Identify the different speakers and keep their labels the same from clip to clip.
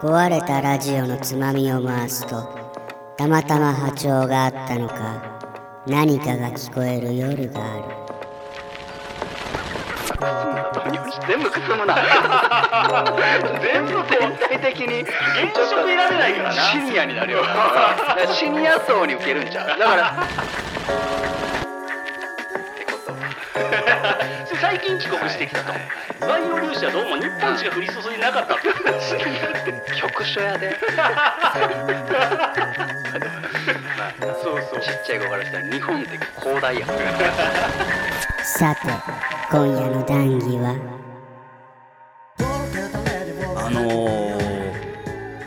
Speaker 1: 壊れたラジオのつまみを回すとたまたま波長があったのか何かが聞こえる夜がある
Speaker 2: 全部進む な全部全体的に現職いられないからなシニアになるよだからシニア層に受けるんじゃんだからってこと
Speaker 3: 最近帰国してきたと、バイオ粒子はどうも日本しか降り注いでなかったって話になっ て
Speaker 2: 局所やでそうそうちっちゃい子からしたら日本って広大や
Speaker 1: さて今夜の談義は
Speaker 3: あのー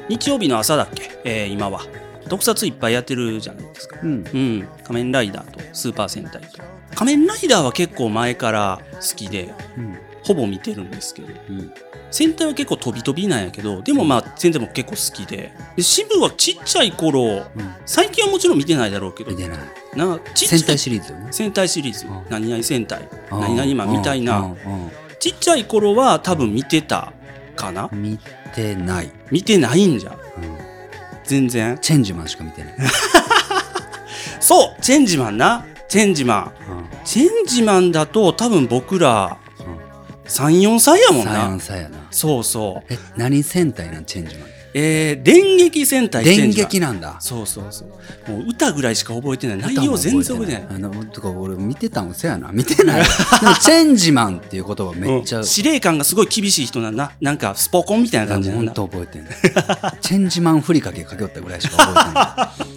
Speaker 3: 日曜日の朝だっけ、えー今は特撮いっぱいやってるじゃないですか、
Speaker 4: うん
Speaker 3: うん、仮面ライダーとスーパー戦隊と仮面ライダーは結構前から好きで
Speaker 4: うん
Speaker 3: ほぼ見てるんですけど
Speaker 4: うん
Speaker 3: 戦隊は結構飛び飛びなんやけどでもまあ戦隊も結構好きででシブはちっちゃい頃
Speaker 4: うん
Speaker 3: 最近はもちろん見てないだろうけど
Speaker 4: 見てない
Speaker 3: なちっちゃい
Speaker 4: 戦隊シリーズよね
Speaker 3: 戦隊シリーズ
Speaker 4: うん
Speaker 3: 何々戦隊何々マンみたい
Speaker 4: うん
Speaker 3: な
Speaker 4: うん
Speaker 3: ちっちゃい頃は多分見てたかな
Speaker 4: うん見てない、
Speaker 3: 見てないんじゃ
Speaker 4: うん
Speaker 3: 全然
Speaker 4: チェンジマンしか見てない、
Speaker 3: そうチェンジマンなチェンジマン
Speaker 4: うんうん
Speaker 3: チェンジマンだと多分僕ら34歳やもん
Speaker 4: サイア
Speaker 3: な
Speaker 4: ンサイやな
Speaker 3: そうそう
Speaker 4: え何戦隊なんチェンジマン
Speaker 3: えー、電撃戦隊チェ
Speaker 4: 電
Speaker 3: ンジマン
Speaker 4: 撃なんだ
Speaker 3: そうそうそうもう歌ぐらいしか覚えてない内容全然覚えてない
Speaker 4: あのとか俺見てたんせや な見てないわでもチェンジマンっていう言葉めっちゃ、
Speaker 3: うん司令官がすごい厳しい人なんだなんかスポコンみたいな感じなん
Speaker 4: 本
Speaker 3: だ
Speaker 4: 当覚えてんないチェンジマンふりかけかけよったぐらいしか覚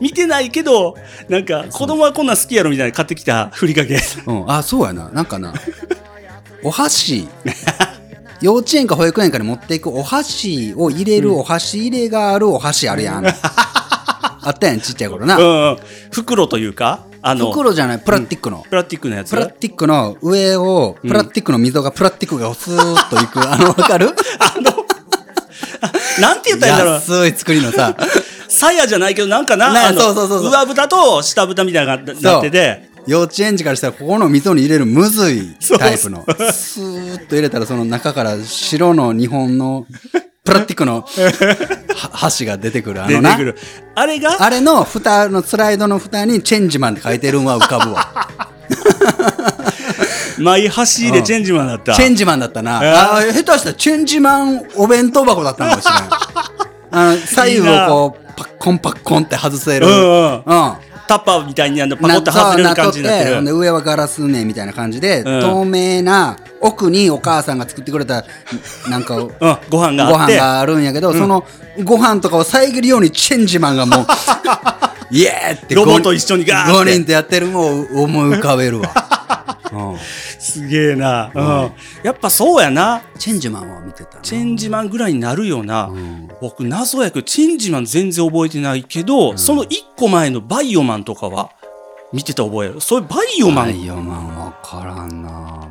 Speaker 3: 見てないけどなんか子供はこんなん好きやろみたいな買ってきたふりかけ
Speaker 4: えてない、うん、あそうやななんかなお箸幼稚園か保育園かに持っていくお箸を入れるお箸入れがあるお箸あるやん、あったやんちっちゃい頃な、
Speaker 3: うんうん袋というかあの
Speaker 4: 袋じゃないプラスティックの、
Speaker 3: プラスティックのやつ
Speaker 4: プラスティックの上を、プラスティックの溝がプラスティックがスーッといく、あの、わかる
Speaker 3: なんて言ったらいいんだろう
Speaker 4: 安い作りのさ、
Speaker 3: さやじゃないけどなんかな
Speaker 4: な
Speaker 3: あの
Speaker 4: そうそうそうそう
Speaker 3: 上蓋と下蓋みたいなのがなってて
Speaker 4: 幼稚園児からしたらここの溝に入れるむずい
Speaker 3: そう
Speaker 4: タイプの、スーッと入れたらその中から白の日 本のプラスティックのは箸が出てくる、あ
Speaker 3: 出
Speaker 4: の
Speaker 3: て
Speaker 4: な
Speaker 3: く。るあれが
Speaker 4: あれの蓋のスライドの蓋にチェンジマンって書いてるんは浮か ぶわ。
Speaker 3: マイ箸でチェンジマンだった
Speaker 4: チェンジマンだったな。ああー、下手したらチェンジマンお弁当箱だったのかもしれん。あの、左右をこう、パッコンパッコンって外せる。
Speaker 3: うんうん
Speaker 4: うん
Speaker 3: タッパーみたいにあのパコッと外れる感じになって
Speaker 4: そう
Speaker 3: る
Speaker 4: ほんで上はガラス面みたいな感じで、
Speaker 3: ん
Speaker 4: 透明な奥にお母さんが作ってくれたなんか、
Speaker 3: う
Speaker 4: ご
Speaker 3: んご飯があっ
Speaker 4: 飯
Speaker 3: て
Speaker 4: があるんやけど、そのご飯とかを遮るようにチェンジマンがもうイエーって
Speaker 3: ロボと一緒にガーって
Speaker 4: 5人でやってるのを思い浮かべるわ、 うん
Speaker 3: すげえな、うんやっぱそうやな
Speaker 4: チェンジマンは見てたな
Speaker 3: チェンジマンぐらいになるよな、
Speaker 4: ん
Speaker 3: 僕謎やけどチェンジマン全然覚えてないけど、その一個前のバイオマンとかは見てた覚えあるそれバイオマ
Speaker 4: バ
Speaker 3: ン
Speaker 4: イオマンわからんな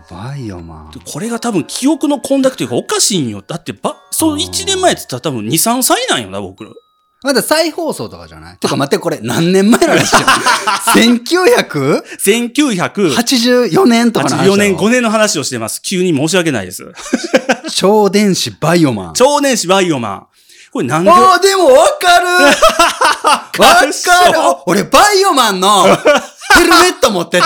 Speaker 4: バイオマン
Speaker 3: これが多分記憶の混濁というかおかしいんよだってばその1年前って言ったら多分23歳なんよな僕
Speaker 4: まだ再放送とかじゃないてか待ってこれ何年前の話 じゃん 1900?
Speaker 3: 1984
Speaker 4: 84年とかの話だろ
Speaker 3: 年5年の話をしてます急に申し訳ないです
Speaker 4: 超電子バイオマン。
Speaker 3: 少年誌バイオマンこれなんで
Speaker 4: ああ、でもわかる わ
Speaker 3: かるっしょ
Speaker 4: かる俺、バイオマンのヘルメット持ってた。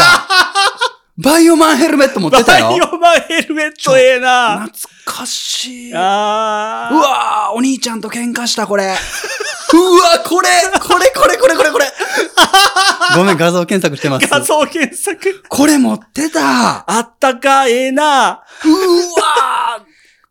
Speaker 4: バイオマンヘルメット持ってた
Speaker 3: バ
Speaker 4: よ。
Speaker 3: イ
Speaker 4: 懐
Speaker 3: オマンヘルメットええな
Speaker 4: かしい。うわ
Speaker 3: あー
Speaker 4: ーお兄ちゃんと喧嘩した、こ れ。うわーこれこれこれこれこれこれ ごめん、画像検索してま
Speaker 3: 画
Speaker 4: す。
Speaker 3: 像検索
Speaker 4: これ持ってた。
Speaker 3: あったかええな
Speaker 4: うわ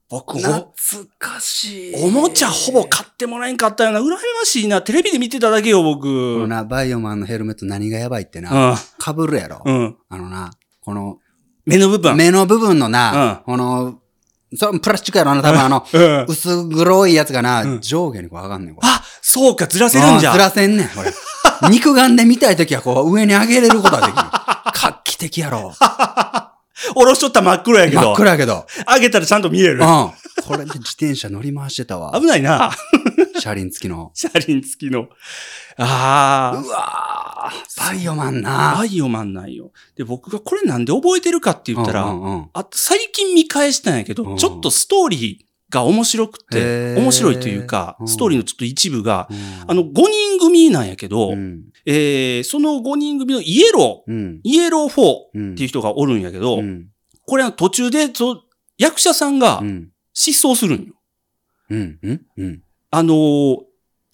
Speaker 3: 僕
Speaker 4: ー
Speaker 3: お
Speaker 4: 懐かしい。
Speaker 3: おもちゃほぼ買ってもらえんかったよな。羨ましいな。テレビで見てただけよ、僕。
Speaker 4: この
Speaker 3: うん。
Speaker 4: な、バイオマンのヘルメット何がやばいってな。かぶるやろ。
Speaker 3: うん。
Speaker 4: あのな、この、
Speaker 3: 目の部分。
Speaker 4: 目の部分のな、この、それプラスチックやろな、多分あの、
Speaker 3: うん。
Speaker 4: 薄黒いやつがな、
Speaker 3: うん
Speaker 4: 上下にこう上がんねん、これ。
Speaker 3: あ、そうか、ずらせるんじ
Speaker 4: う
Speaker 3: ゃ。
Speaker 4: ずらせんねん、これ。肉眼で見たいときはこう、上に上げれること ができる。画期的やろ。
Speaker 3: おろしとったら真っ黒やけ
Speaker 4: 真
Speaker 3: ど
Speaker 4: っ。暗やけど。
Speaker 3: 上げたらちゃんと見え
Speaker 4: う
Speaker 3: る
Speaker 4: ん。。これで自転車乗り回してたわ
Speaker 3: 危。ないな。
Speaker 4: 車輪付きの。
Speaker 3: 車輪付きの。あ
Speaker 4: うわ
Speaker 3: わ
Speaker 4: バイオマンな。
Speaker 3: バイオマンなんよ。で、僕がこれなんで覚えてるかって言ったら、
Speaker 4: うんうんうん
Speaker 3: あ最近見返したんやけど、
Speaker 4: うん
Speaker 3: ちょっとストーリーが面白く
Speaker 4: へ
Speaker 3: て、
Speaker 4: ー
Speaker 3: 面白いというか、
Speaker 4: うん
Speaker 3: ストーリーのちょっと一部が、
Speaker 4: うん
Speaker 3: あの、5人組なんやけど、
Speaker 4: うん
Speaker 3: えーその5人組のイエロー、
Speaker 4: うん。
Speaker 3: イエロー4
Speaker 4: うん
Speaker 3: っていう人がおるんやけど、
Speaker 4: うん
Speaker 3: これは途中で、そう役者さんが
Speaker 4: うん。
Speaker 3: 失踪するんよ。
Speaker 4: うん。うん。うん。
Speaker 3: あのー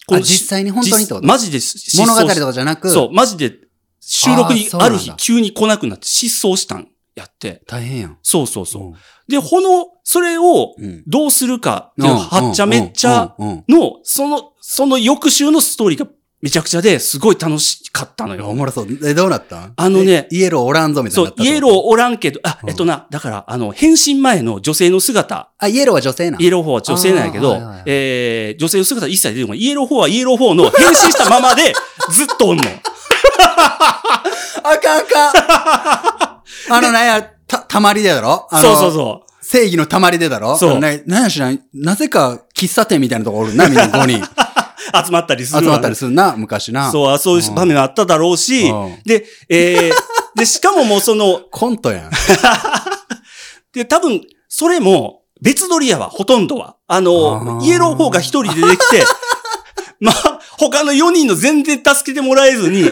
Speaker 3: こ
Speaker 4: あ
Speaker 3: の
Speaker 4: 実際に本当にってこと
Speaker 3: 実マジで失踪
Speaker 4: 物語とかじゃなく、
Speaker 3: そう、マジで収録に
Speaker 4: あーそうな
Speaker 3: あ
Speaker 4: ん
Speaker 3: る
Speaker 4: だ
Speaker 3: 日急に来なくなって失踪したんやって。
Speaker 4: 大変やん。
Speaker 3: そうそうそう。で、この、それを
Speaker 4: うん。
Speaker 3: どうするかっていう、はっちゃめっちゃ
Speaker 4: うん。うん
Speaker 3: の、その、その翌週のストーリーがめちゃくちゃですごい楽しかったの
Speaker 4: うんお
Speaker 3: よ。
Speaker 4: もろそう。え、どうなったん
Speaker 3: あのね
Speaker 4: えイエローおらんぞみたい
Speaker 3: そ
Speaker 4: にな
Speaker 3: う
Speaker 4: っ、たと。
Speaker 3: イエローおらんけど、あ
Speaker 4: う、ん
Speaker 3: えっとな、だから、あの、変身前の女性の姿、
Speaker 4: あ、イエローは女性なん
Speaker 3: イエロー4は女性なんやけ
Speaker 4: あ
Speaker 3: ど
Speaker 4: ーはいはいはい、
Speaker 3: えー女性の姿一切出てこない。イエロー4はイエロー4の変身したままでずっと おんの。
Speaker 4: あかんあ かんあの、なんや、た、たまりでだろあ
Speaker 3: そ
Speaker 4: の
Speaker 3: うそうそう。
Speaker 4: 正義のたまりでだろ
Speaker 3: そう
Speaker 4: な、なんやしない、なぜか喫茶店みたいなとこおるな、み んな5人。
Speaker 3: 集まったりす
Speaker 4: 集
Speaker 3: る
Speaker 4: ま
Speaker 3: わ
Speaker 4: ったりするな、昔な。
Speaker 3: そう、そういう場面があっただろうし
Speaker 4: うん、
Speaker 3: で、えー で、しかももうその、
Speaker 4: コントやん。
Speaker 3: で、多分、それも、別撮りやわ、ほとんどは。あの、
Speaker 4: あー
Speaker 3: イエロー4が一人で出てき て、まあ、他の4人の全然助けてもらえずに、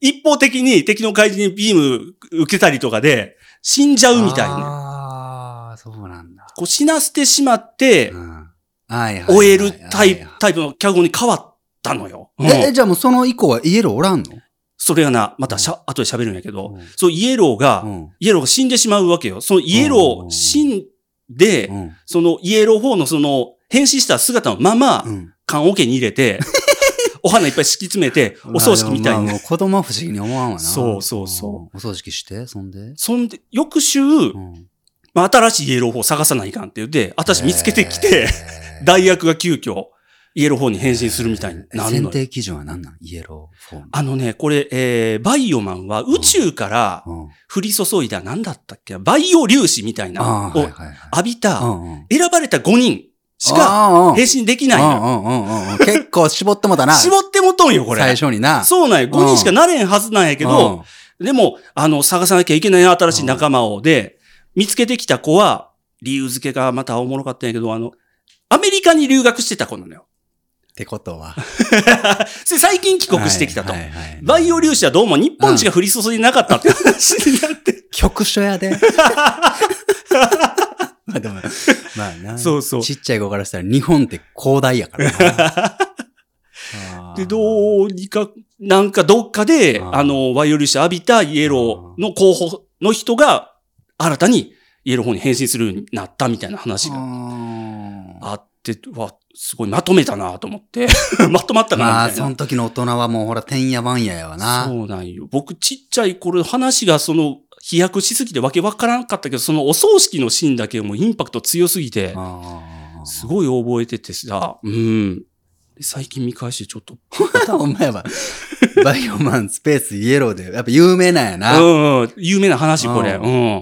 Speaker 3: 一方的に敵の怪人にビーム受けたりとかで、死んじゃうみたいな。
Speaker 4: ああ、そうなんだ。
Speaker 3: こう死なせてしまって
Speaker 4: う、ん。はいはい。
Speaker 3: 終えるタイ
Speaker 4: はい
Speaker 3: プ、タイプの脚本に変わったのよ。うん
Speaker 4: はい。え、えじゃあもうその以降はイエローおらんの
Speaker 3: それがな、またしゃ、後で喋るんやけど
Speaker 4: うん、
Speaker 3: そう、イエローが、
Speaker 4: ん。
Speaker 3: イエローが死んでしまうわけよ。そのイエロー死んで、
Speaker 4: うん。
Speaker 3: そのイエロー4のその変身した姿のまま
Speaker 4: う、ん。
Speaker 3: 缶桶に入れ て、お花いっぱい敷き詰めて、お葬式みたい
Speaker 4: まあ
Speaker 3: に。
Speaker 4: もう子供は不思議に思わんわな。
Speaker 3: そうそうそ
Speaker 4: うん。お葬式して、そんで。
Speaker 3: そんで、翌週、
Speaker 4: ん。
Speaker 3: まあ、新しいイエロー4探さないかんって言って、私見つけてきて、
Speaker 4: えー、
Speaker 3: 代役が急遽、イエロー4に変身するみたいになる
Speaker 4: 選
Speaker 3: のよ。
Speaker 4: 定基準は何なんイエローフォーム。
Speaker 3: あのね、これ、えー、バイオマンは宇宙から
Speaker 4: うん、
Speaker 3: 降り注いだ、なんだったっけなバイオ粒子みたいな
Speaker 4: ああ、
Speaker 3: を
Speaker 4: はい
Speaker 3: 浴
Speaker 4: はいはい。
Speaker 3: び
Speaker 4: う
Speaker 3: た、
Speaker 4: んうん
Speaker 3: 選ばれた5人しか
Speaker 4: ああうん
Speaker 3: 変身できない
Speaker 4: うん
Speaker 3: のよ。
Speaker 4: うんうんうん。結構絞ってもたな。
Speaker 3: 絞ってもとんよ、これ。
Speaker 4: 最初にな。
Speaker 3: そうなんよ。5人しかなれんはずなんやけど、
Speaker 4: うん、
Speaker 3: でも、あの、探さなきゃいけないな、新しい仲間を。で、見つけてきた子は、理由付けがまたおもろかったんやけど、あの、アメリカに留学してた子なのよ。
Speaker 4: ってことは。
Speaker 3: それ最近帰国してきたと。
Speaker 4: はいはいはい
Speaker 3: バイオ粒子はどうも日本しか降り注いでなかったって話になって。
Speaker 4: 局所 やで。まあでも、まあな。
Speaker 3: そうそう
Speaker 4: ちっちゃい子からしたら日本って広大やからな
Speaker 3: で、どうにか、なんかどっかで、
Speaker 4: うん
Speaker 3: あの、バイオ粒子浴びたイエローの候補の人が、新たにイエロー方に変身するようになったみたいな話が
Speaker 4: あ
Speaker 3: あって、わ、すごいまとめたなと思って。 まとまった
Speaker 4: ー
Speaker 3: か
Speaker 4: ま
Speaker 3: な
Speaker 4: あ、
Speaker 3: みたいな。
Speaker 4: その時の大人はもうほら、てんやわんややわな。
Speaker 3: そうなんよ。僕ちっちゃい頃話がその飛躍しすぎてわけわからんかったけど、そのお葬式のシーンだけもうインパクト強すぎて、
Speaker 4: あー
Speaker 3: すごい覚えててさ、うん。最近見返してちょっと。
Speaker 4: お前 は、バイオマンスペースイエローで、やっぱ有名なんやな。
Speaker 3: うんうん、有名な話これ。
Speaker 4: う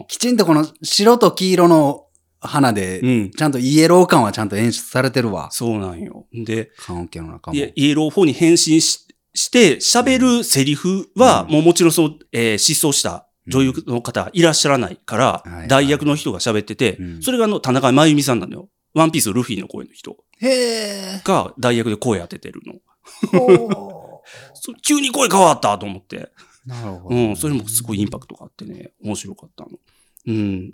Speaker 3: う
Speaker 4: きちんとこの白と黄色の花で、
Speaker 3: ん。うん。
Speaker 4: ちゃんとイエロー感はちゃんと演出されてるわ。
Speaker 3: そうなんよ。で、
Speaker 4: 棺桶の中も
Speaker 3: イ。エイエロー4に変身しして、喋るセリフは、
Speaker 4: うん
Speaker 3: もうもちろんその、えー失踪した女優の方いらっしゃらないから、
Speaker 4: うんはいはい
Speaker 3: 代役の人が喋ってて、
Speaker 4: うん
Speaker 3: それがあの、田中真由美さんなのよ。ワンピースのルフィの声の人。
Speaker 4: へえ。
Speaker 3: が代役で声当ててるの。
Speaker 4: ほ
Speaker 3: そ急に声変わったと思って。
Speaker 4: うなるほど、
Speaker 3: うん、それもすごいインパクトがあってね、面白かったの。うん。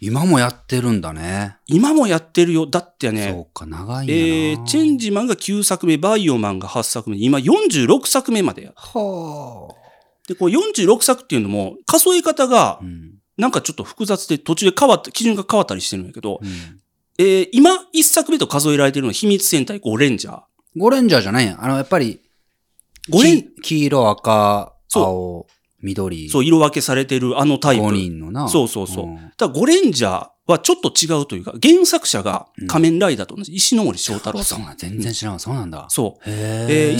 Speaker 4: 今もやってるんだね。
Speaker 3: 今もやってるよ。だって
Speaker 4: そ
Speaker 3: ね、
Speaker 4: うか、長いん
Speaker 3: え
Speaker 4: やな。
Speaker 3: ー、チェンジマンが9作目、バイオマンが8作目、今46作目までや。
Speaker 4: ほ
Speaker 3: で、こう46作っていうのも、数え方が
Speaker 4: う。う、ん。
Speaker 3: なんかちょっと複雑で途中で変わった、基準が変わったりしてるんやけど、
Speaker 4: うん
Speaker 3: えー、今1作目と数えられてるのは秘密戦隊ゴレンジャー。
Speaker 4: ゴレンジャーじゃないやん。あの、やっぱり、
Speaker 3: ゴレン、
Speaker 4: き黄色、赤、
Speaker 3: そう
Speaker 4: 青、緑、
Speaker 3: そう、色分けされてるあのタイプ。
Speaker 4: 5人のな。
Speaker 3: そうそうそう。
Speaker 4: ん
Speaker 3: ただ、ゴレンジャーはちょっと違うというか、原作者が仮面ライダーと同じ石ノ森章太郎
Speaker 4: あ
Speaker 3: さ。
Speaker 4: そうんなん、全然知らんわ。そうなんだ。
Speaker 3: そう。え
Speaker 4: へ
Speaker 3: ー、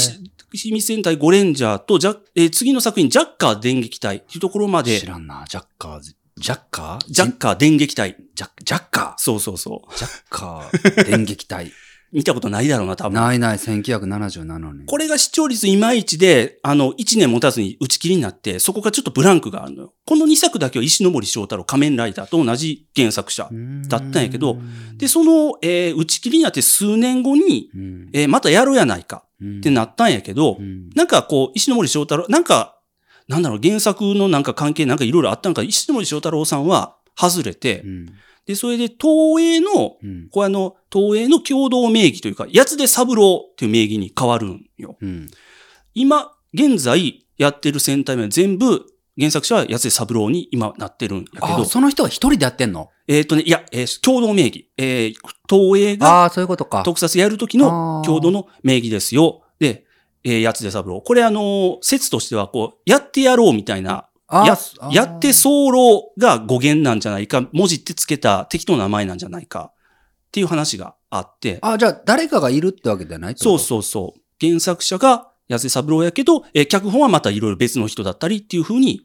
Speaker 3: 石秘密戦隊ゴレンジャーとジャ、えー次の作品、ジャッカー電撃隊っていうところまで
Speaker 4: 知、らんな。ジャッカー、ジャッカー
Speaker 3: ジャッカー電撃隊。
Speaker 4: ジャッジャッカ
Speaker 3: そうそうそ
Speaker 4: ージャッカー電撃隊。
Speaker 3: う。見たことないだろうな、多分。
Speaker 4: ないない、1977年。
Speaker 3: これが視聴率いまいちで、あの、1年持たずに打ち切りになって、そこがちょっとブランクがあるのよ。この2作だけは石森章太郎、仮面ライダーと同じ原作者。だったんやけど
Speaker 4: うーん、
Speaker 3: で、その、えー打ち切りになって数年後に、
Speaker 4: うん
Speaker 3: えーまたやろうやないか
Speaker 4: うん
Speaker 3: ってなったんやけど、
Speaker 4: うん
Speaker 3: なんかこう、石森章太郎、なんか、なんだろう、原作のなんか関係なんかいろいろあったのか、石森章太郎さんは外れて、
Speaker 4: うん
Speaker 3: で、それで東映の、
Speaker 4: うん
Speaker 3: これあの、東映の共同名義というか、やつで三郎っていう名義に変わるんよ。
Speaker 4: うん
Speaker 3: 今、現在やってる戦隊名は全部、原作者はやつで三郎に今なってるんやけ
Speaker 4: あ
Speaker 3: ど
Speaker 4: ー、その人は一人でやってんの
Speaker 3: えっ、とね、いや、えー共同名義、えー東映が
Speaker 4: ああー、そういうことか。
Speaker 3: 特撮やる時の共同の名義ですよ。で、えー、やつで三郎。これあのー説としては、こう、やってやろうみたいな、
Speaker 4: あー
Speaker 3: や
Speaker 4: あ、ー
Speaker 3: やって候が語源なんじゃないか、文字ってつけた適当な名前なんじゃないか、っていう話があって、
Speaker 4: あ、じゃあ誰かがいるってわけじゃないって
Speaker 3: そ
Speaker 4: こ
Speaker 3: う
Speaker 4: と
Speaker 3: そうそう。原作者が八瀬三郎やけど、えー脚本はまたいろいろ別の人だったりっていう風に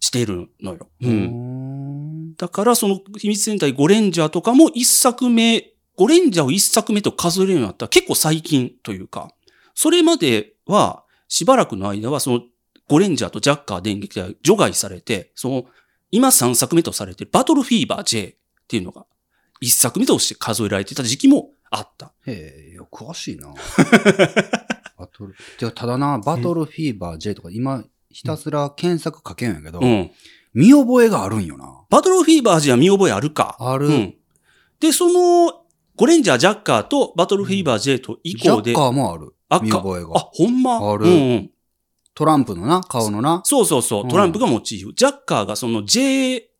Speaker 3: しているのよ。う
Speaker 4: うー
Speaker 3: ん。
Speaker 4: ん。
Speaker 3: だから、その秘密戦隊ゴレンジャーとかも一作目、ゴレンジャーを一作目と数えるようになった結構最近というか、それまでは、しばらくの間は、その、ゴレンジャーとジャッカー電撃隊は除外されて、その、今3作目とされてるバトルフィーバー J っていうのが、一作目として数えられてた時期もあった。
Speaker 4: へえ、いや詳しいな。 バトル。てかただな、バトルフィーバー J とか今、ひたすら検索かけんやけど、
Speaker 3: うん。
Speaker 4: 見覚えがあるんよな。
Speaker 3: バトルフィーバー J は見覚えあるか。
Speaker 4: ある。
Speaker 3: うん。で、その、ゴレンジャー、ジャッカーとバトルフィーバー J と以
Speaker 4: ジャ
Speaker 3: 降で、
Speaker 4: ッカーもある。
Speaker 3: あ
Speaker 4: 見覚えが
Speaker 3: あ、ほんま
Speaker 4: ある
Speaker 3: うんうん。
Speaker 4: トランプのな、顔のな。
Speaker 3: そうそうそうう、
Speaker 4: ん
Speaker 3: トランプがモチーフ。ジャッカーがその J、え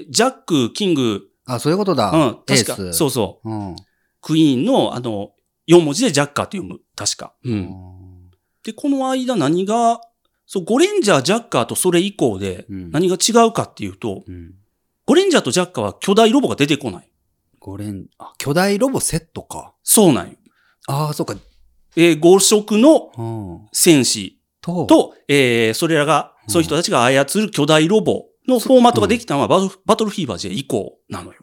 Speaker 3: ー、ジャック、キング、
Speaker 4: あ、そういうことだ。
Speaker 3: うん、確
Speaker 4: エー
Speaker 3: か、
Speaker 4: ス
Speaker 3: そうそう、
Speaker 4: うん。
Speaker 3: クイーンのあの、4文字でジャッカーと読む、確か。うん。で、この間何が、そう、ゴレンジャー、ジャッカーとそれ以降で
Speaker 4: うん
Speaker 3: 何が違うかっていうと、
Speaker 4: うん
Speaker 3: ゴレンジャーとジャッカーは巨大ロボが出てこない。
Speaker 4: ゴレン、あ、巨大ロボセットか。
Speaker 3: そうなんよ。
Speaker 4: ああ、そうか。
Speaker 3: えー、5色の
Speaker 4: うん。
Speaker 3: 戦士
Speaker 4: と、
Speaker 3: と、えー、それらが、そういう人たちが操る巨大ロボのフォーマットができたのはバトル、バトルフィーバー J 以降なのよ。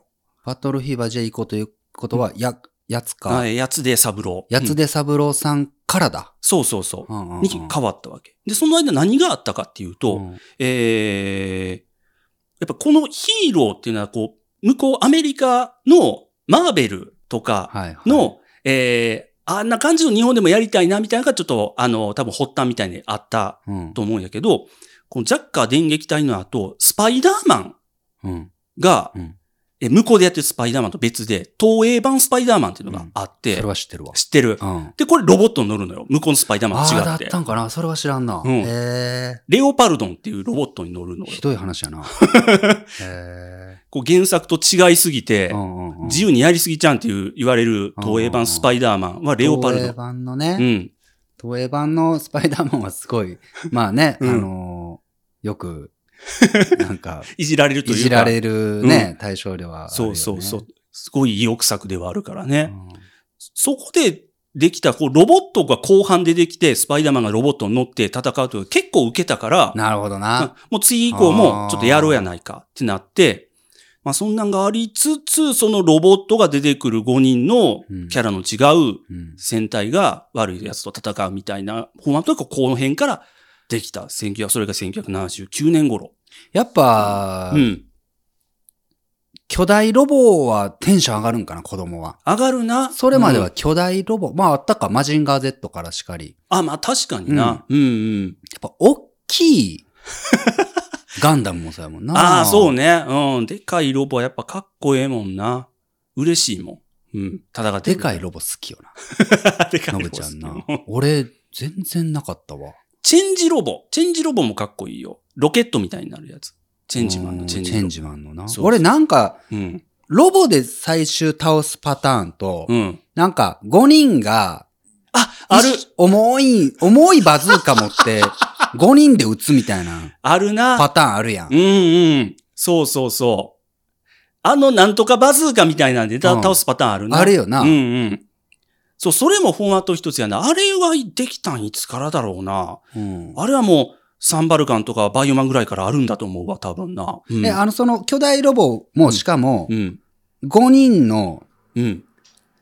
Speaker 4: バトルフィーバー J 行こうということは、や、やつ
Speaker 3: あ
Speaker 4: か。
Speaker 3: えーやつで三郎。
Speaker 4: やつ
Speaker 3: うん
Speaker 4: で三郎さんからだ。
Speaker 3: そうそうそうう。
Speaker 4: んうんうん
Speaker 3: に変わったわけ。で、その間何があったかっていうと、
Speaker 4: うん
Speaker 3: えー、やっぱこのヒーローっていうのはこう、向こうアメリカのマーベルとか
Speaker 4: はいはい。
Speaker 3: の、えー、あんな感じの日本でもやりたいなみたいなのがちょっと、あの、多分発端みたいにあった
Speaker 4: うん、
Speaker 3: と思うんやけど、このジャッカー電撃隊の後、スパイダーマン
Speaker 4: うん。
Speaker 3: が、
Speaker 4: うん
Speaker 3: え向こうでやってるスパイダーマンと別で、東映版スパイダーマンっていうのがあって、
Speaker 4: それは知ってるわ。
Speaker 3: 知ってる。
Speaker 4: うん。
Speaker 3: で、これロボットに乗るのよ。向こうのスパイダーマン
Speaker 4: あ
Speaker 3: と
Speaker 4: あ、だ
Speaker 3: 違
Speaker 4: っ
Speaker 3: って
Speaker 4: た。んかなそれは知らんな。
Speaker 3: うん
Speaker 4: へえ。
Speaker 3: レオパルドンっていうロボットに乗るのよ
Speaker 4: ひ。どい話 やな。へえ。
Speaker 3: こう原作と違いすぎて
Speaker 4: う、んうんうん
Speaker 3: 自由にやりすぎちゃうんっていう言われる東映版スパイダーマンはレオパル
Speaker 4: 東
Speaker 3: ド
Speaker 4: 映
Speaker 3: ン。
Speaker 4: 版の
Speaker 3: う
Speaker 4: ね、
Speaker 3: ん。
Speaker 4: 東映版のスパイダーマンはす ごい、まあね、あ
Speaker 3: うん
Speaker 4: のー、よく、なんか、
Speaker 3: いじられると
Speaker 4: い
Speaker 3: いうか。
Speaker 4: じられるね、対象ではあるよ
Speaker 3: そ
Speaker 4: ね。
Speaker 3: うそうそう。すごい意欲作ではあるから
Speaker 4: う
Speaker 3: ね。
Speaker 4: ん。
Speaker 3: そこでできた、こう、ロボットが後半でできて、スパイダーマンがロボットに乗って戦うという結構受けたから、
Speaker 4: なるほどな。
Speaker 3: もう次以降もちょっとやろうやないかってなって、まあそんなんがありつつ、そのロボットが出てくる5人のキャラの違う
Speaker 4: うん。
Speaker 3: 戦隊が悪いやつと戦うみたいな、フォーマットがこの辺からできた。1900それが1979年頃。
Speaker 4: やっぱ
Speaker 3: う、ん。
Speaker 4: 巨大ロボはテンション上がるんかな、子供は。
Speaker 3: 上がるな。
Speaker 4: それまでは
Speaker 3: うん
Speaker 4: 巨大ロボ、まああったか、マジンガー Z からしかり。
Speaker 3: あ、まあ確かにな。うん、うん、
Speaker 4: やっぱ、大き い、ガンダムもそうやもんな。
Speaker 3: ああ、そう
Speaker 4: ね。
Speaker 3: ね。うん。でかいロボはやっぱかっこええもんな。嬉しいもん。うん。戦って
Speaker 4: で
Speaker 3: くる
Speaker 4: かいロボ好きよな。
Speaker 3: でか
Speaker 4: ノ
Speaker 3: いロボ
Speaker 4: ブち
Speaker 3: 好
Speaker 4: ゃ
Speaker 3: き
Speaker 4: ん な。俺、全然なかったわ。
Speaker 3: チェンジロボ。チェンジロボもかっこいいよ。ロケットみたいになるやつ。チェンジマン
Speaker 4: う
Speaker 3: の
Speaker 4: ん
Speaker 3: チェンジ
Speaker 4: チ
Speaker 3: ロ
Speaker 4: ェン
Speaker 3: ボ。
Speaker 4: ジマンのな。
Speaker 3: そう
Speaker 4: 俺なんか、
Speaker 3: うん。
Speaker 4: ロボで最終倒すパターンと、
Speaker 3: うん。
Speaker 4: なんか、5人が、
Speaker 3: あ、ある、
Speaker 4: 重い、重いバズーカ 持って、5人で撃つみたいな
Speaker 3: あるな。
Speaker 4: パターンあるやん
Speaker 3: う。んうん。そうそうそう。あの、なんとかバズーカみたいなんで、た
Speaker 4: うん
Speaker 3: 倒すパターンあるな。
Speaker 4: あれよな
Speaker 3: うんうん。そう、それもフォーマット一つやな。あれはできたんいつからだろうな。
Speaker 4: うん
Speaker 3: あれはもう、サンバルカンとかバイオマンぐらいからあるんだと思うわ、多分な。うん。
Speaker 4: え、あの、その巨大ロボも、しかも
Speaker 3: う、ん。
Speaker 4: 5人の
Speaker 3: うん。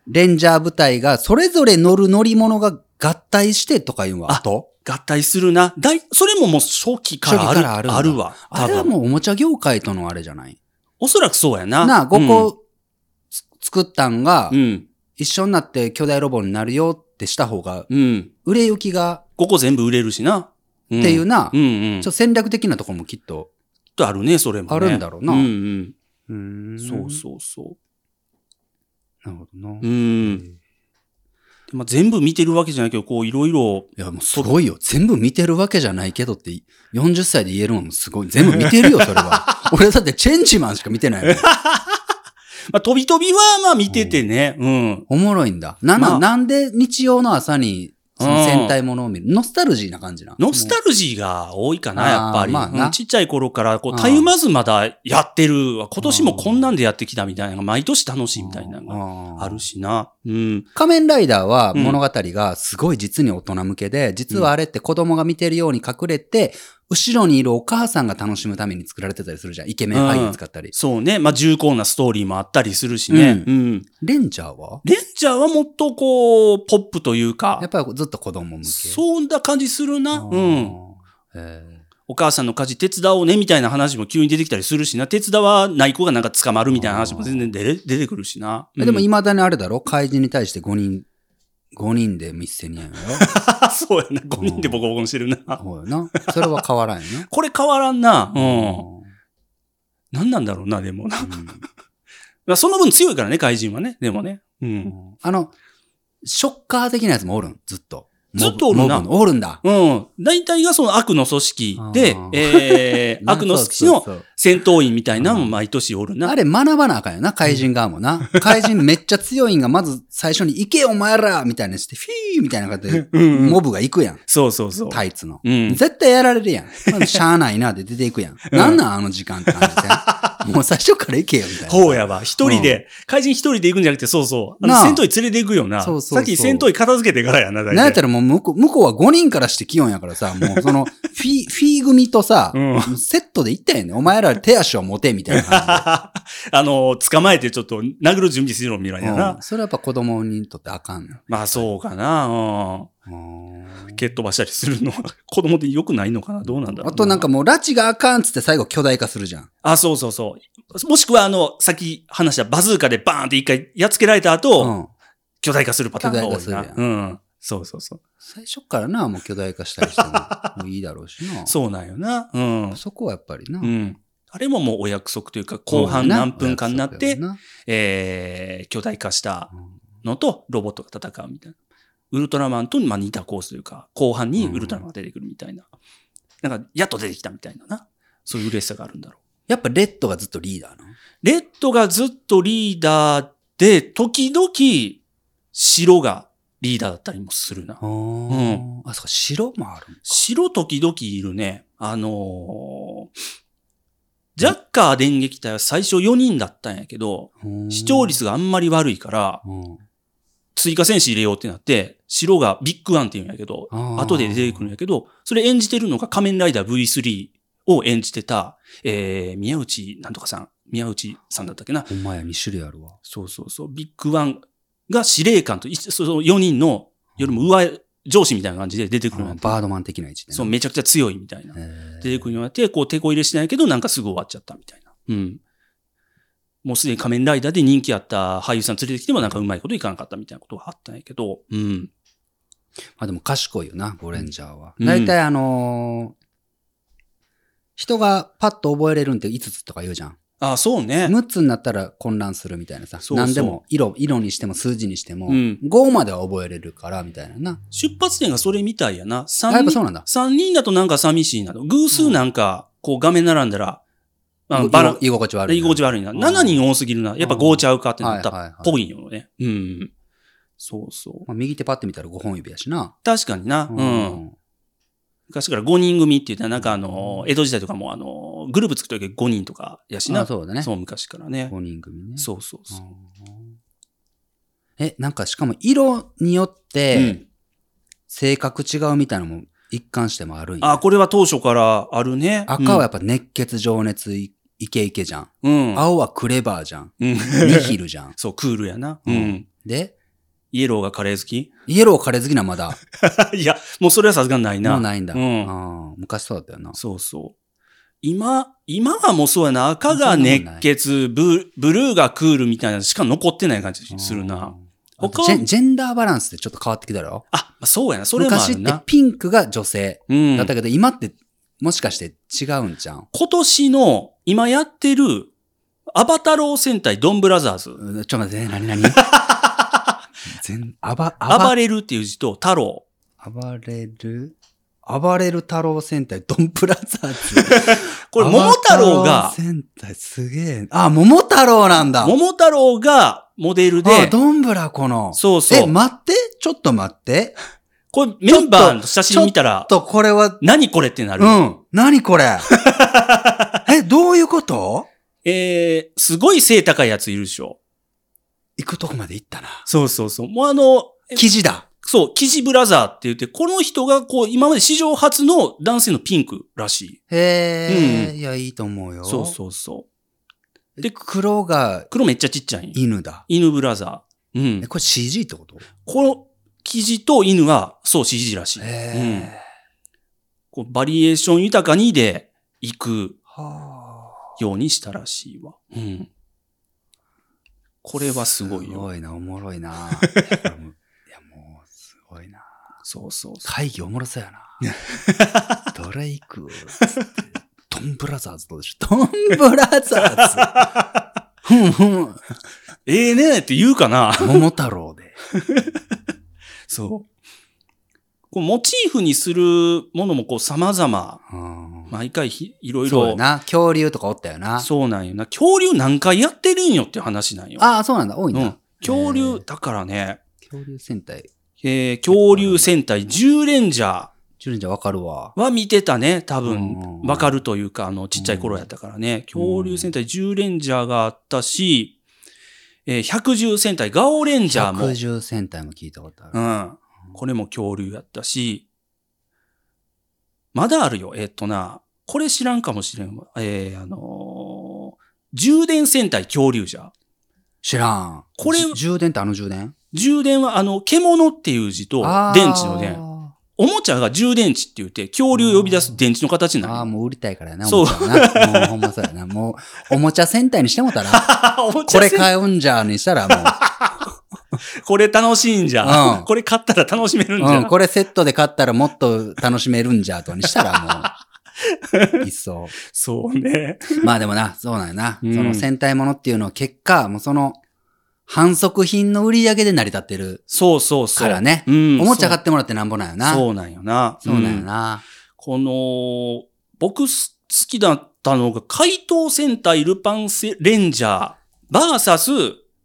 Speaker 4: レンジャー部隊がそれぞれ乗る乗り物が合体してとかいうのは
Speaker 3: あ
Speaker 4: 後
Speaker 3: 合体するな。だい、それももう初期からある。
Speaker 4: 初期からあるんだ
Speaker 3: あるわ。
Speaker 4: あれは
Speaker 3: う。
Speaker 4: もうおもちゃ業界とのあれじゃない
Speaker 3: おそらくそうやな。
Speaker 4: なあ、5個つ作ったんが
Speaker 3: うん。う、ん。
Speaker 4: 一緒になって巨大ロボになるよってした方が、
Speaker 3: うん。
Speaker 4: 売れ行きが
Speaker 3: 5個全部売れるしな。っ
Speaker 4: っていうな、
Speaker 3: うん
Speaker 4: ち
Speaker 3: うん。
Speaker 4: ょっと戦略的なとこもきっと。
Speaker 3: ちょっとあるね、それも、ね。
Speaker 4: あるんだろうな
Speaker 3: うんうん。
Speaker 4: そ。
Speaker 3: そうそうそう
Speaker 4: なるほど
Speaker 3: う。
Speaker 4: な。
Speaker 3: うん。まあ、全部見てるわけじゃないけど、こう、いろいろ。
Speaker 4: いや、もうすごいよ。全部見てるわけじゃないけどって、40歳で言えるのもすごい。全部見 てるよ、それは。俺だってチェンジマンしか見てないもん。
Speaker 3: まあ、飛び飛びは、まあ、見ててね。うん。
Speaker 4: おもろいんだ。な、
Speaker 3: まあ
Speaker 4: な、なんで日曜の朝に、その戦隊ものを見るノスタルジーな感じな。
Speaker 3: ノスタルジーが多いかな、やっぱり。
Speaker 4: あーまあな
Speaker 3: うんちっちゃい頃から、こ
Speaker 4: う
Speaker 3: う、
Speaker 4: ん
Speaker 3: たゆまずまだやってるわ。今年もこんなんでやってきたみたいなのが、毎年楽しいみたいなのが
Speaker 4: の
Speaker 3: あるしな。うん。
Speaker 4: 仮面ライダーは
Speaker 3: うん
Speaker 4: 物語がすごい実に大人向けで、実はあれって子供が見てるように隠れて、後ろにいるお母さんが楽しむために作られてたりするじゃん。イケメン俳優使ったり。
Speaker 3: そうね。まあ、重厚なストーリーもあったりするしね。
Speaker 4: う
Speaker 3: うん。
Speaker 4: レンジャーは
Speaker 3: レンジャーはもっとこう、ポップというか
Speaker 4: やっ、ぱりずっと子供向け。
Speaker 3: そんな感じするな。
Speaker 4: あー
Speaker 3: うん。。
Speaker 4: へー
Speaker 3: お母さんの家事手伝おうねみたいな話も急に出てきたりするしな。手伝わない子がなんか捕まるみたいな話も全然出れ出てくるしな。
Speaker 4: えでも
Speaker 3: うん、
Speaker 4: 未だにあれだろ怪人に対して5人、5人で見捨てにやんや
Speaker 3: そうやな。5人でボコボコにしてる
Speaker 4: ろ。
Speaker 3: な。
Speaker 4: ほうやな。それは変わらんよな。
Speaker 3: これ変わらんな。 う
Speaker 4: うん
Speaker 3: ん。何なんだろうな、でも。まあその分強いからね、怪人はね。でもね。う。
Speaker 4: うんんあの、ショッカー的なやつもおるん、ずっと。
Speaker 3: ずっとおるな
Speaker 4: モブのおるんだ。
Speaker 3: うん。大体がその悪の組織で
Speaker 4: あー、
Speaker 3: えー、悪の組織
Speaker 4: そう
Speaker 3: の
Speaker 4: そうそう
Speaker 3: 戦闘員みたいなのも毎年おるな
Speaker 4: あ。れ学ばなあかんよな、怪人側 もな。怪人めっちゃ強いんが、まず最初に行けお前らみたいなして、フィーみたいな感じで、
Speaker 3: うんうん
Speaker 4: モブが行くやん。
Speaker 3: そうそうそう。
Speaker 4: タイツの。
Speaker 3: うん
Speaker 4: 絶対やられるやん。まあしゃあないなで出てい くやん。なんなんあの時間って感じで。もう最初から行けよみたいな。
Speaker 3: ほうやわ。一人で、怪人一人で行くんじゃなくて、そうそう。あの
Speaker 4: なあ
Speaker 3: 戦闘員連れて行くよな。
Speaker 4: そうそうそう
Speaker 3: さっき戦闘員片付けてからやな、大体
Speaker 4: なんやったらもう向こう、向こうは5人からして気温やからさ、もう その、フィ、フィー組とさ、
Speaker 3: う
Speaker 4: セットで行ったやんねん。お前ら手足を持てみたいな感じ で。
Speaker 3: あの、捕まえてちょっと殴る準備するのみたい なな。
Speaker 4: うんそれはやっぱ子供にとってあかんの。
Speaker 3: まあそうかな。う
Speaker 4: うん
Speaker 3: ん。蹴っ飛ばしたりするのは 子供で良くないのかなどうなんだろう。
Speaker 4: あとなんか、もう、拉致があかんっつって最後巨大化するじゃん。
Speaker 3: あ、そうそうそう。もしくはあの、さっき話したバズーカでバーンって一回やっつけられた後、
Speaker 4: うん。
Speaker 3: 巨大化するパターンが多い
Speaker 4: 巨大
Speaker 3: な。
Speaker 4: 化す
Speaker 3: う
Speaker 4: る
Speaker 3: ん。そうそうそう。
Speaker 4: 最初からな、もう巨大化したりしてももういいだろうしな。
Speaker 3: そうなんよな。うん。
Speaker 4: そこはやっぱりな。
Speaker 3: うん。あれももうお約束というか、後半何分間になって、
Speaker 4: な
Speaker 3: えー巨大化したのとロボットが戦うみたいな。ウルトラマンとまあ似たコースというか、後半にウルトラマンが出てくるみたいな。なんか、やっと出てきたみたいなな。そういう嬉しさがあるんだろ
Speaker 4: やっぱレッドがずっとリーダーな。
Speaker 3: う。レッドがずっとリーダーで、時々、白がリーダーだったりもするな。
Speaker 4: うん。あ、そうか、白もあるんか。
Speaker 3: 白時々いるね。あのージャッカー電撃隊は最初4人だったんやけど、
Speaker 4: うん
Speaker 3: 視聴。率があんまり悪いから、
Speaker 4: うん
Speaker 3: 追加戦士入れようってなって、白がビッグワンって言うんやけど、
Speaker 4: あー
Speaker 3: 後で出てくるんやけど、それ演じてるのが仮面ライダー V3 を演じてた、えー、宮内なんとかさん、宮内さんだったっけな。
Speaker 4: ほんまや、2種類あるわ。
Speaker 3: そうそうそう、ビッグワンが司令官と、いその4人のよりも上、上司みたいな感じで出てくるんやって
Speaker 4: バードマン的な位置でな。
Speaker 3: そう、めちゃくちゃ強いみたいな。
Speaker 4: へ
Speaker 3: 出
Speaker 4: ー
Speaker 3: てくるようになって、こう、手こ入れしてないけど、なんかすぐ終わっちゃったみたいな。うん。もうすでに仮面ライダーで人気あった俳優さん連れてきてもなんかうまいこといかなかったみたいなことがあったんやけど、うん。
Speaker 4: まあでも賢いよな、ゴレンジャーは。
Speaker 3: うん
Speaker 4: 大体あのー人がパッと覚えれるんって5つとか言うじゃん。
Speaker 3: ああ、そうね。
Speaker 4: 6つになったら混乱するみたいなさ。
Speaker 3: そうそう
Speaker 4: 何でも、色、色にしても数字にしても、
Speaker 3: うん
Speaker 4: 5までは覚えれるから、みたいなな。
Speaker 3: 出発点がそれみたいやな。
Speaker 4: あやっ
Speaker 3: 3
Speaker 4: ぱそう
Speaker 3: 人、
Speaker 4: なんだ。
Speaker 3: 三人だとなんか寂しいなと。偶数なんか、こう画面並んだら、あのバラ、
Speaker 4: 居心地悪いな。
Speaker 3: 居心地悪いな。
Speaker 4: うん
Speaker 3: 7人多すぎるな。やっぱ5ちゃうかってなっ
Speaker 4: はいはい
Speaker 3: た
Speaker 4: は
Speaker 3: っ
Speaker 4: い
Speaker 3: ぽいよね。うん。そうそう。
Speaker 4: まあ、右手パッて見たら5本指やしな。
Speaker 3: 確かにな。うん。昔から5人組って言ったら、なんかあの、江戸時代とかもあの、グループ作った時5人とかやし
Speaker 4: あ
Speaker 3: な。
Speaker 4: そうだね。
Speaker 3: そう昔からね。
Speaker 4: 5人組ね。
Speaker 3: そうそうそう。
Speaker 4: うんえ、なんかしかも色によって、
Speaker 3: うん
Speaker 4: 性格違うみたいなのも一貫してもあるんや。
Speaker 3: あ、これは当初からあるね。
Speaker 4: 赤はやっぱ熱血情熱いイケイケじゃん。
Speaker 3: うん、うん。
Speaker 4: 青はクレバーじゃん。
Speaker 3: うん。
Speaker 4: ニヒルじゃん。
Speaker 3: そう、クールやな。う
Speaker 4: うん
Speaker 3: ん。
Speaker 4: で、
Speaker 3: イエローがカレー好き
Speaker 4: イエローカレー好きなまだ。
Speaker 3: いや、もうそれはさすがにないな。
Speaker 4: もうないんだ。
Speaker 3: うん。
Speaker 4: ああ昔そうだったよな。
Speaker 3: そうそう。今、今がもうそうやな。赤が熱血、ブブルーがクールみたいなのしか残ってない感じする
Speaker 4: う
Speaker 3: な。
Speaker 4: ん。あ
Speaker 3: 他
Speaker 4: と
Speaker 3: は
Speaker 4: ジェンジェンダーバランスってちょっと変わってきたろ
Speaker 3: あ、まあそうやな。それもあ
Speaker 4: 昔
Speaker 3: る
Speaker 4: って
Speaker 3: な。
Speaker 4: ピンクが女性
Speaker 3: うん。
Speaker 4: だったけど、今ってもしかして違うんじゃん
Speaker 3: 今年の、今やってる、アバタロー戦隊ドンブラザーズ。
Speaker 4: うんちょっと待って、何何全、あば、あば
Speaker 3: 暴、れるっていう字と太郎。
Speaker 4: 暴れる暴れる太郎戦隊、ドンブラザーズ。
Speaker 3: これ、桃太郎
Speaker 4: 暴
Speaker 3: が、
Speaker 4: れる戦隊、すげえ。あ、桃太郎なんだ。
Speaker 3: 桃太郎がモデルで、
Speaker 4: あ、ドンブラこの。
Speaker 3: そうそう
Speaker 4: え、待って、ちょっと待って。ち
Speaker 3: これメンバーの写真見た
Speaker 4: ょっ
Speaker 3: ら、
Speaker 4: とこれは、
Speaker 3: 何これってなる。
Speaker 4: うん。何これ え、どういうこと
Speaker 3: えー、すごい背高いやついるでしょ。
Speaker 4: 行くとこまで行ったな。
Speaker 3: そうそうそう。もうあの、え
Speaker 4: 記事だ。
Speaker 3: そう、キジブラザーって言って、この人がこう、今まで史上初の男性のピンクらしい。
Speaker 4: へえ、
Speaker 3: うん
Speaker 4: いや、いいと思うよ。
Speaker 3: そうそうそう。
Speaker 4: う
Speaker 3: で
Speaker 4: で、黒が
Speaker 3: 黒めっちゃちっちゃいんよ。
Speaker 4: 犬だ。
Speaker 3: 犬ブラザー。うん
Speaker 4: え、。これ CG ってこと
Speaker 3: この生地と犬は、そう、CG らしい。うん
Speaker 4: へえ。
Speaker 3: こうバリエーション豊かにで行く
Speaker 4: はあ。
Speaker 3: ようにしたらしいわ。うん。これはすごい
Speaker 4: す
Speaker 3: よ。
Speaker 4: ごいな、おもろい な。いや、もういやもうすごいな。
Speaker 3: そうそうそ
Speaker 4: 会議おもろそうや な。どれ行くつってドンブラザーズどうでしょうドンブラザ ーズ。ふんふん。
Speaker 3: う。ええねえって言うかな
Speaker 4: 桃太郎で。
Speaker 3: そう。こうモチーフにするものもこう様々、
Speaker 4: うん
Speaker 3: 毎回ひいろい
Speaker 4: そうや
Speaker 3: ろ。
Speaker 4: な。恐竜とかおったよな。
Speaker 3: そうなんよな。恐竜何回やってるんよって話なんよ。
Speaker 4: ああ、そうなんだ。多いな。
Speaker 3: うん。恐
Speaker 4: へ
Speaker 3: 竜、
Speaker 4: ー
Speaker 3: だからね、
Speaker 4: 恐竜戦隊。
Speaker 3: えー、恐竜戦隊10レンジャー。
Speaker 4: ジュレンジャーわかるわ。
Speaker 3: は見てたね、多
Speaker 4: うん
Speaker 3: 分。わかるというか、あの、ちっちゃい頃やったからね。
Speaker 4: うん
Speaker 3: 恐竜戦隊10レンジャーがあったし、えー、110戦隊ガオレンジャーも
Speaker 4: 百。獣戦隊も聞いたことある。
Speaker 3: うん。これも恐竜やったし、まだあるよ。えっとな、これ知らんかもしれんわ。えー、あのー充電戦隊恐竜じゃ。
Speaker 4: 知らん。
Speaker 3: これ
Speaker 4: じ充電ってあの充電
Speaker 3: 充電はあの、獣っていう字と、
Speaker 4: あー
Speaker 3: 電池の電。おもちゃが充電池って言って、恐竜を呼び出す電池の形な
Speaker 4: あ
Speaker 3: の。
Speaker 4: あ、もう売りたいからやな。
Speaker 3: そう
Speaker 4: おもちゃなもうほんまそうやな。もう、おもちゃ戦隊にしても たら、
Speaker 3: おもち
Speaker 4: こ
Speaker 3: ゃ
Speaker 4: れ
Speaker 3: 戦隊
Speaker 4: 買うんじゃにしたらも
Speaker 3: これ楽しいんじゃ。
Speaker 4: うん
Speaker 3: これ買ったら楽しめるんじ
Speaker 4: う、
Speaker 3: ゃ。
Speaker 4: うん、これセットで買ったらもっと楽しめるんじゃとにしたら もう、いっそ。
Speaker 3: そうね。
Speaker 4: まあでもな、そうなんやな。
Speaker 3: うん
Speaker 4: その戦隊ものっていうのは結果、もうその、反則品の売り上げで成り立ってる
Speaker 3: そうそうそう。
Speaker 4: からね。
Speaker 3: うん。
Speaker 4: おもちゃ買
Speaker 3: っ
Speaker 4: ってもらってなんぼなんやな。
Speaker 3: そうなんよな。
Speaker 4: そうなんや
Speaker 3: ん
Speaker 4: な。
Speaker 3: この、僕す好きだったのが、怪盗戦隊ルパンセレンジャー、バーサス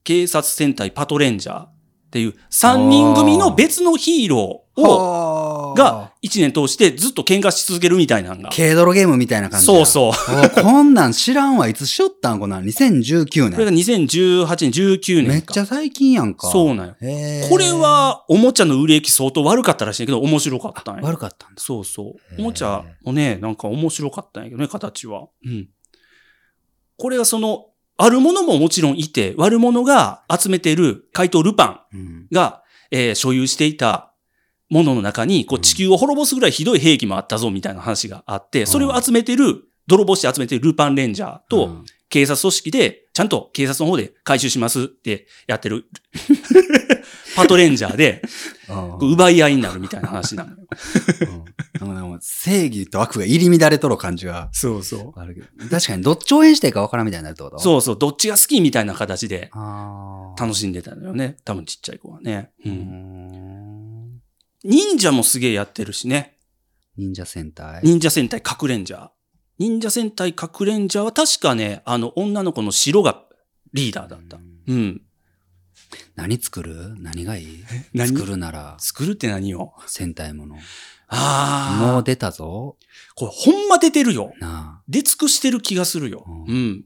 Speaker 3: 警察戦隊パトレンジャーっていう3人組の別のヒーローを、
Speaker 4: ほー
Speaker 3: が、1年通してずっと喧嘩し続けるみたいなんが。
Speaker 4: 軽泥ゲームみたいな感じや。
Speaker 3: そうそう。
Speaker 4: おこんなん知らんわ。いつしよったんこんなん。2019
Speaker 3: これ
Speaker 4: 年。
Speaker 3: が2018年、19年か。
Speaker 4: めっちゃ最近やんか。
Speaker 3: そうなんよ。
Speaker 4: へー
Speaker 3: これ、はおもちゃの売れ行き相当悪かったらしいんやけど面白かったんや。
Speaker 4: 悪かったんだ。
Speaker 3: そうそう
Speaker 4: へ。ー
Speaker 3: おもちゃもね、なんか面白かったんやけどね、形は。うん。これがその、あるものももちろんいて、悪者が集めてる怪盗ルパ
Speaker 4: うん。
Speaker 3: ンが、えー所有していたものの中に、こ
Speaker 4: う
Speaker 3: うん地球を滅ぼすぐらいひどい兵器もあったぞ、みたいな話があって、それを集めてる、泥棒して集めてるルパンレンジャーと、
Speaker 4: うん、
Speaker 3: 警察組織で、ちゃんと警察の方で回収しますってやってる、 パトレンジャーで、
Speaker 4: うん
Speaker 3: こう奪い合いになるみたいな話なのよ。
Speaker 4: うんなんかでも正義と悪が入り乱れとる感じが
Speaker 3: そうそう。
Speaker 4: あるけど。確かに、どっち応援していいかわからんみたいになるってことう。
Speaker 3: そうそう、どっちが好きみたいな形で
Speaker 4: あー
Speaker 3: 楽しんでたのよね。多分ちっちゃい子はね。う
Speaker 4: うー
Speaker 3: ん。
Speaker 4: ん。
Speaker 3: 忍者もすげえやってるしね。
Speaker 4: 忍者戦隊
Speaker 3: 忍者戦隊核レンジャー。忍者戦隊核レンジャーは確かね、あの女の子の白がリーダーだった。うん。
Speaker 4: 何作る何がいい
Speaker 3: 何
Speaker 4: 作るなら、
Speaker 3: 作るって何を
Speaker 4: 戦隊もの。も
Speaker 3: あ
Speaker 4: う
Speaker 3: あ。
Speaker 4: 出たぞ。
Speaker 3: これほんま出てるよ。
Speaker 4: な
Speaker 3: 出尽くしてる気がするよ。
Speaker 4: うん
Speaker 3: うん。